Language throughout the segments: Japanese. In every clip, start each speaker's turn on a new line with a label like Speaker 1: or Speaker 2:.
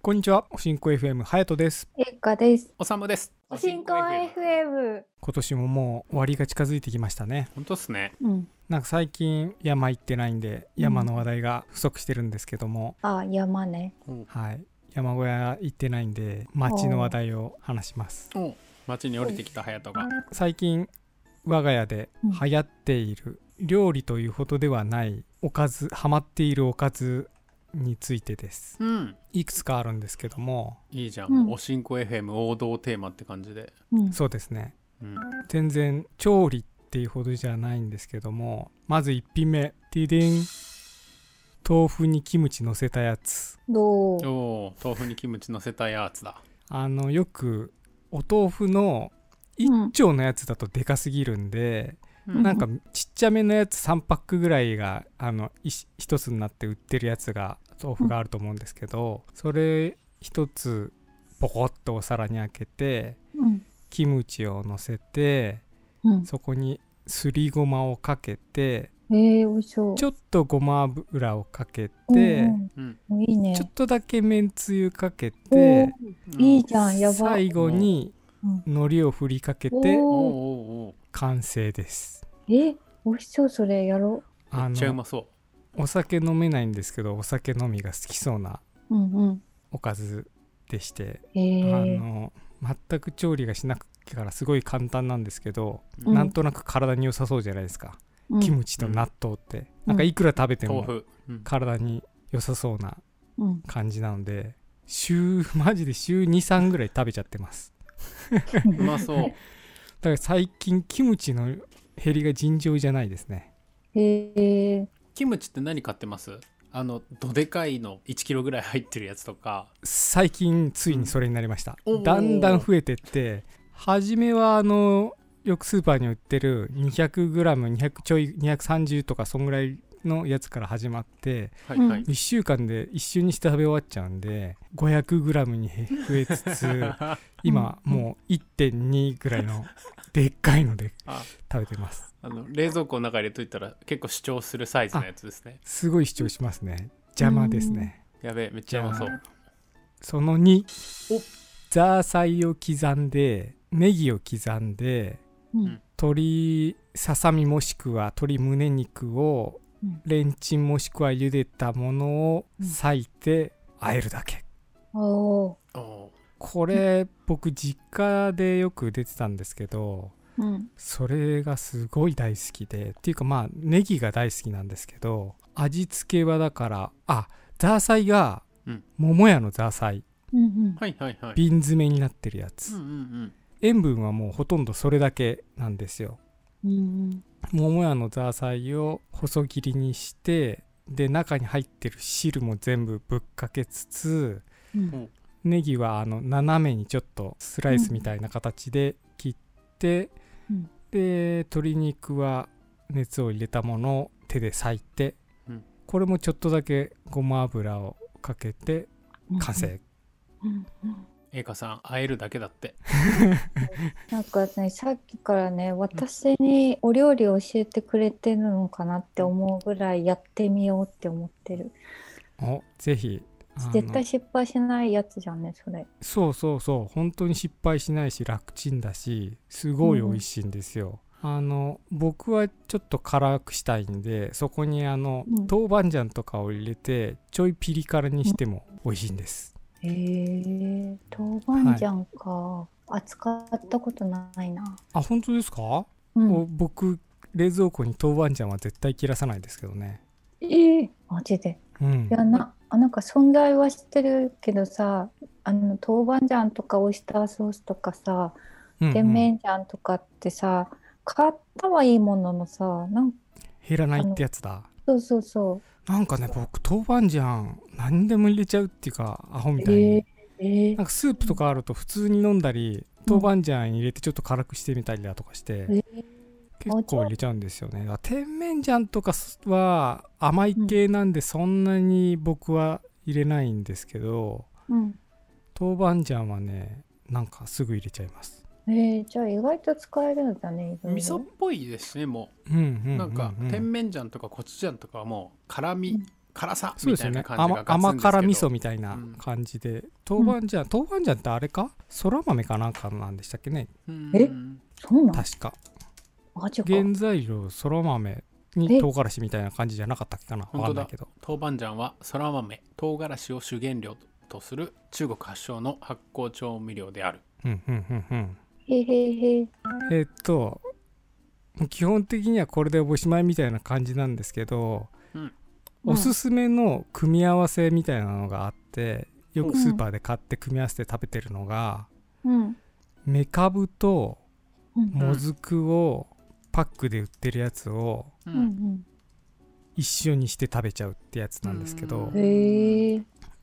Speaker 1: こんにちは、おしんこ FM ハヤトです。
Speaker 2: ゆっかです。
Speaker 3: おさむです。
Speaker 2: おしんこ FM。
Speaker 1: 今年ももう終わりが近づいてきましたね。
Speaker 3: 本当っすね。
Speaker 2: うん。
Speaker 1: なんか最近山行ってないんで、
Speaker 2: うん
Speaker 1: 山の話題が不足してるんですけども、
Speaker 2: あ、山ね。
Speaker 1: はい。山小屋行ってないんで、街の話題を話します。
Speaker 3: お街に降りてきた隼人が。
Speaker 1: 最近、我が家で流行っている、料理というほどではないおかず、ハマっているおかずについてです。
Speaker 3: うん。
Speaker 1: いくつかあるんですけども、
Speaker 3: いいじゃん。
Speaker 2: うん
Speaker 3: おしんこ FM 王道テーマって感じで。
Speaker 2: うん。
Speaker 1: そうですね。
Speaker 3: うん。
Speaker 1: 全然調理っていうほどじゃないんですけどもまず1品目ディディン豆腐にキムチ乗せたやつ
Speaker 2: どう
Speaker 3: お。お豆腐にキムチ乗せたやつだ。
Speaker 1: あのよくお豆腐の1丁のやつだとでかすぎるんで、
Speaker 2: うん
Speaker 1: なんかちっちゃめのやつ3パックぐらいがあの1つになって売ってるやつが豆腐があると思うんですけど、それ1つポコッとお皿に開けて
Speaker 2: うん。
Speaker 1: キムチを乗せて
Speaker 2: うん。
Speaker 1: そこにすりごまをかけて
Speaker 2: ええー、美味しそう。
Speaker 1: ちょっとごま油をかけて、
Speaker 2: うん
Speaker 3: うん。
Speaker 2: うん、いいね
Speaker 1: ちょ。っとだけめんつゆかけ
Speaker 2: お
Speaker 1: て、
Speaker 2: いいじゃん。やば。
Speaker 1: 最後に
Speaker 2: うん
Speaker 1: 海苔を振りかけて
Speaker 3: おお
Speaker 2: おー
Speaker 3: おー
Speaker 1: 完成です。
Speaker 2: え、美味しそう。それやろ
Speaker 3: おー
Speaker 1: あ
Speaker 3: めっちゃう
Speaker 1: の
Speaker 3: まそ
Speaker 1: お酒飲めないんですけどお酒飲みが好きそうな
Speaker 2: う。うんうん。
Speaker 1: おかずでして、
Speaker 2: え
Speaker 1: あ
Speaker 2: え
Speaker 1: の全く調理がしなくてからすごい簡単なんですけど、
Speaker 3: うん
Speaker 1: なんとなく体に良さそうじゃないですか、
Speaker 2: うん
Speaker 1: キムチと納豆って、なんかいくら食べて
Speaker 3: う。豆
Speaker 1: も
Speaker 3: 腐。うん
Speaker 1: 体に良さそうな
Speaker 2: うん。
Speaker 1: 感じなので週 マジで週23ぐらい食べちゃってます
Speaker 3: うまそう。
Speaker 1: だから最近キムチの減りが尋常じゃないですね
Speaker 2: ええ
Speaker 3: キムチって何買ってますあの、どでかいの1キロぐらい入ってるやつとか。
Speaker 1: 最近ついにそれになりました、
Speaker 3: うん
Speaker 1: だんだん増えてって初めはあのよくスーパーに売ってる 200g200 ちょい230とかそんぐらいのやつから始まって
Speaker 3: はいは
Speaker 2: う
Speaker 3: い。
Speaker 1: 1週間で一瞬にして食べ終わっちゃうんで 500g にへ増えつ つ今もう1.2ぐらいのでっかいので
Speaker 3: あ
Speaker 1: 食べてます
Speaker 3: あの冷蔵庫の中に入れといたら結構主張するサイズのやつですね。
Speaker 1: すごい主張しますね邪魔ですね
Speaker 3: やべえ、めっちゃうまそう
Speaker 1: じ。その2
Speaker 3: お
Speaker 1: ザーサイを刻んでネギを刻んで
Speaker 2: うん
Speaker 1: 鶏ささみもしくは鶏胸肉を
Speaker 2: うん
Speaker 1: レンチンもしくは茹でたものを
Speaker 2: うん
Speaker 1: 裂いて和えるだけ
Speaker 2: おー
Speaker 3: おお
Speaker 1: これ僕実家でよく出てたんですけど
Speaker 2: うん
Speaker 1: それがすごい大好きでっていうかまあネギが大好きなんですけど味付けはだからあザーサイが
Speaker 3: うん
Speaker 1: 桃屋のザーサイ
Speaker 2: うんうん
Speaker 3: ー。はいはいはい。
Speaker 1: 瓶詰めになってるやつ、
Speaker 3: うんうん
Speaker 1: 塩分はもうほとんどそれだけなんですよ
Speaker 2: うん
Speaker 1: 桃屋のザーサイを細切りにしてで中に入ってる汁も全部ぶっかけつつ
Speaker 2: うん
Speaker 1: ネギはあの斜めにちょっとスライスみたいな形で切って、
Speaker 2: うん
Speaker 1: で鶏肉は熱を入れたものを手で裂いて、
Speaker 3: うん
Speaker 1: これもちょっとだけごま油をかけて
Speaker 2: うん
Speaker 1: 完成、
Speaker 2: うんうん
Speaker 3: うん。エイカさん、会えるだけだって。
Speaker 2: なんかねさっきからね私にお料理を教えてくれてるのかなって思うぐらいやってみようって思ってる
Speaker 1: おぜひあの
Speaker 2: 絶対失敗しないやつじゃんねそれ
Speaker 1: そうそうそう本当に失敗しないし楽ちんだしすごい美味しいんですよ、あの僕はちょっと辛くしたいんでそこにあの、
Speaker 2: うん
Speaker 1: 豆板醤とかを入れてちょいピリ辛にしても美味しいんです、
Speaker 2: へえ豆板醤か、扱ったことないな
Speaker 1: あ本当ですか、
Speaker 2: うん
Speaker 1: お僕冷蔵庫に豆板醤は絶対切らさないですけどね
Speaker 2: ええマジで
Speaker 1: うん
Speaker 2: いやなあなんか存在は知ってるけどさあの豆板醤とかオイスターソースとかさ
Speaker 1: うんうん
Speaker 2: 甜麺醤とかってさ買ったはいいもののさなん
Speaker 1: 減らないってやつだ
Speaker 2: そうそうそう
Speaker 1: なんかね僕豆板醤何でも入れちゃうっていうかアホみたいに、
Speaker 2: ええええ
Speaker 1: なんかスープとかあると普通に飲んだり豆板醤入れてちょっと辛くしてみたりだとかして、
Speaker 2: え
Speaker 1: 結構入れちゃうんですよねだから甜麺醤とかは甘い系なんでそんなに僕は入れないんですけど、
Speaker 2: うん
Speaker 1: 豆板醤はねなんかすぐ入れちゃいます
Speaker 2: ええじゃあ意外と使えるんだねいろいろ
Speaker 3: 味噌っぽいですね、も
Speaker 1: うんうんうん、う
Speaker 3: う。
Speaker 1: ん、
Speaker 3: なんか、甜麺醤とかコチュジャンとかはもう、辛味辛さ
Speaker 1: そう
Speaker 3: み
Speaker 1: です
Speaker 3: た
Speaker 1: よ
Speaker 3: い
Speaker 1: ね
Speaker 3: な感じ
Speaker 1: 甘
Speaker 3: がガツン
Speaker 1: 甘
Speaker 3: ですけど
Speaker 1: 辛味噌みたいな感じで、豆板醤豆板醤ってあれかそら豆かなんかなんでしたっけね
Speaker 3: うん
Speaker 2: えそうなん
Speaker 1: 確か
Speaker 2: マジか。
Speaker 1: 原材料そら豆に唐辛子みたいな感じじゃなかったっけかな
Speaker 3: え
Speaker 1: わかんないけど
Speaker 3: 豆板醤はそら豆唐辛子を主原料とする中国発祥の発酵調味料である
Speaker 1: うんうんうんうん
Speaker 2: へへへ。
Speaker 1: えっと基本的にはこれでおしまいみたいな感じなんですけど、
Speaker 3: うん
Speaker 1: おすすめの組み合わせみたいなのがあってよくスーパーで買って組み合わせて食べてるのが、
Speaker 2: うん。
Speaker 1: メカブと
Speaker 2: うん。
Speaker 1: もずくをパックで売ってるやつを
Speaker 3: う
Speaker 2: うんうん。
Speaker 1: 一緒にして食べちゃうってやつなんですけど
Speaker 3: う、ん
Speaker 2: へえ。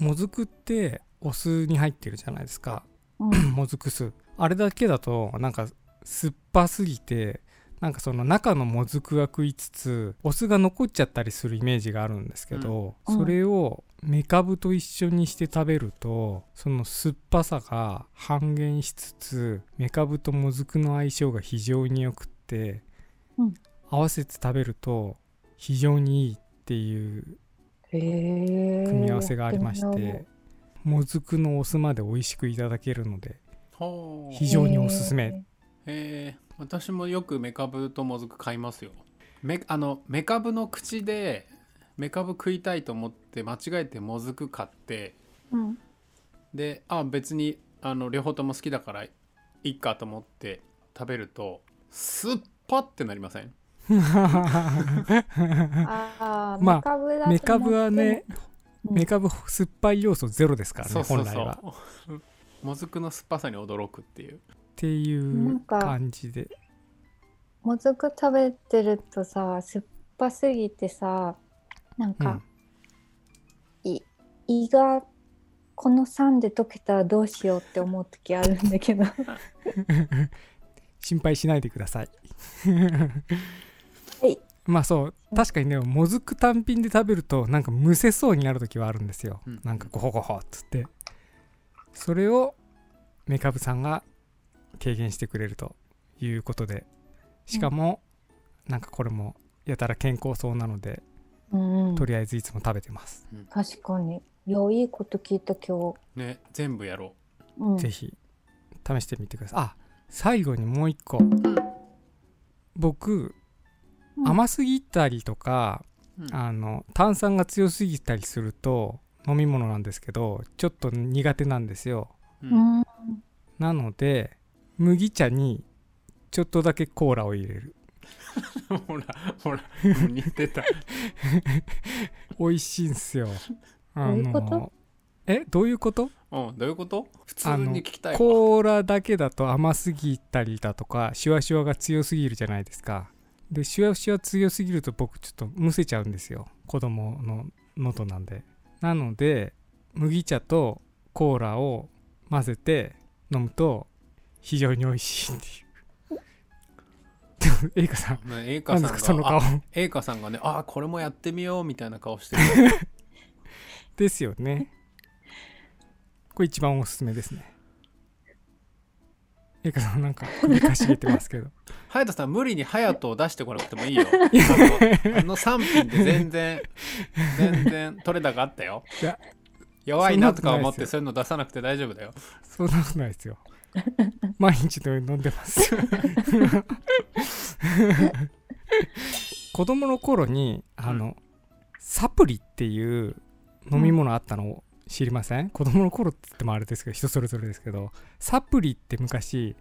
Speaker 1: もずくってお酢に入ってるじゃないですか、
Speaker 2: うん
Speaker 1: もずく酢あれだけだとなんか酸っぱすぎてなんかその中のもずくが食いつつお酢が残っちゃったりするイメージがあるんですけど、
Speaker 2: うん
Speaker 1: それをめかぶと一緒にして食べるとその酸っぱさが半減しつつめかぶともずくの相性が非常によくって、
Speaker 2: うん
Speaker 1: 合わせて食べると非常にいいっていう
Speaker 2: へえ。
Speaker 1: 組み合わせがありまして、
Speaker 2: やってみよう
Speaker 1: もずくのお酢まで美味しくいただけるの で
Speaker 3: ほう
Speaker 1: 非常におすすめ
Speaker 2: へえ
Speaker 3: えー私もよくメカブともずく買いますよメあのメカブの口でメカブ食いたいと思って間違えてもずく買って
Speaker 2: うん。
Speaker 3: であ別にあの両方とも好きだからいいかと思って食べると酸っぱってなりません
Speaker 2: ああ、
Speaker 1: まあ
Speaker 2: メカブだと
Speaker 1: メカブはね、
Speaker 2: うん
Speaker 1: メカブ酸っぱい要素ゼロですからね
Speaker 3: そうそう
Speaker 1: 本来
Speaker 3: そ
Speaker 1: は。っ
Speaker 3: う もずくの酸っぱさに驚くっていう
Speaker 1: てい
Speaker 2: なん
Speaker 1: う
Speaker 2: か
Speaker 1: 感じで
Speaker 2: もずく食べてるとさ酸っぱすぎてさなんか、い胃がこの酸で溶けたらどうしようって思う時あるんだけど
Speaker 1: 心配しないでください。
Speaker 2: はい
Speaker 1: まあそう確かにねもずく単品で食べるとなんかむせそうになる時はあるんですよ、
Speaker 3: うん
Speaker 1: なんかゴホゴホっつってそれをメカブさんが軽減してくれるということでしかも、なんかこれもやたら健康 そうなので
Speaker 2: うん、うん
Speaker 1: と、りあえずいつも食べてます、
Speaker 2: 確かにいやいいこと聞いた今
Speaker 3: ね全部やろ
Speaker 2: 日、うん、
Speaker 1: ぜひ試してみてくださいあ最後にもう一個
Speaker 3: う、うん
Speaker 1: 僕、
Speaker 2: うん
Speaker 1: 甘すぎたりとか
Speaker 3: うん
Speaker 1: あの炭酸が強すぎたりすると飲み物なんですけどちょっと苦手なんですよ
Speaker 3: う
Speaker 2: うんん、
Speaker 1: なので麦茶にちょっとだけコーラを入れる
Speaker 3: ほらほらもう似 てた
Speaker 1: 美味しいんすよあ
Speaker 2: どういうこと
Speaker 1: えどういうこと
Speaker 3: うんどういうこと普通
Speaker 1: あの
Speaker 3: に聞きたいわ
Speaker 1: コーラだけだと甘すぎたりだとかシュワシュワが強すぎるじゃないですかでシュワシュワ強すぎると僕ちょっとむせちゃうんですよ子供の喉なんでなので麦茶とコーラを混ぜて飲むと非常に美味しいっていうでもエイカさん
Speaker 3: ねエイ
Speaker 1: な
Speaker 3: カ
Speaker 1: ん
Speaker 3: さ
Speaker 1: で
Speaker 3: ん
Speaker 1: すか
Speaker 3: が
Speaker 1: その顔
Speaker 3: あエイカさんがねあこれもやってみようみたいな顔してる
Speaker 1: ですよねこれ一番おすすめですねエイカさんなんか首かしげてますけど
Speaker 3: 隼人さん無理に隼人を出してこなくてもいいよあ のあの3品で全然全然取れ高あったよ
Speaker 1: いや
Speaker 3: 弱いなとか思
Speaker 1: そんな
Speaker 3: っ
Speaker 1: ことないで
Speaker 3: て
Speaker 1: す
Speaker 3: そういうの出さなくて大丈夫だよ
Speaker 1: そんなことないですよ。毎日のように飲んでます。子供の頃にあの、サプリっていう飲み物あったのを知りません、子供の頃って言ってもあれですけど人それぞれですけどサプリって昔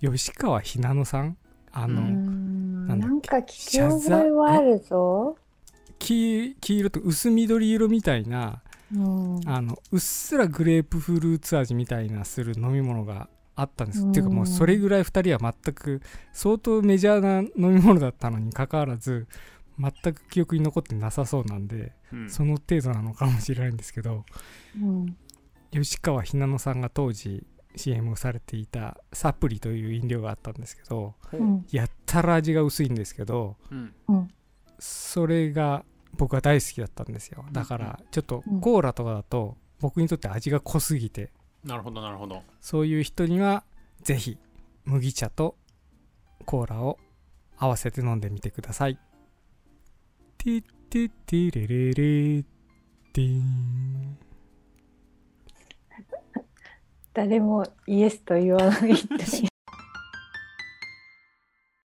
Speaker 1: 吉川ひなのさんあ
Speaker 2: う
Speaker 1: の、
Speaker 2: ん
Speaker 1: なんだっけ
Speaker 2: なんか聞き覚えはあるぞ、
Speaker 1: 黄黄色と薄緑色みたいな
Speaker 2: うん、
Speaker 1: あのうっすらグレープフルーツ味みたいなする飲み物があったんです、
Speaker 2: うん
Speaker 1: っていうかもうそれぐらい2人は全く相当メジャーな飲み物だったのにかかわらず全く記憶に残ってなさそうなんで、
Speaker 3: うん
Speaker 1: その程度なのかもしれないんですけど
Speaker 2: うん
Speaker 1: 吉川ひなのさんが当時 CM をされていたサプリという飲料があったんですけど
Speaker 2: うん
Speaker 1: やったら味が薄いんですけど
Speaker 3: うん
Speaker 1: それが僕は大好きだったんですよだからちょっと
Speaker 2: うん
Speaker 1: コーラとかだと僕にとって味が濃すぎて
Speaker 3: なるほどなるほど
Speaker 1: そういう人にはぜひ麦茶とコーラを合わせて飲んでみてください。てってテティレレレティーン
Speaker 2: 誰もイエスと言わないって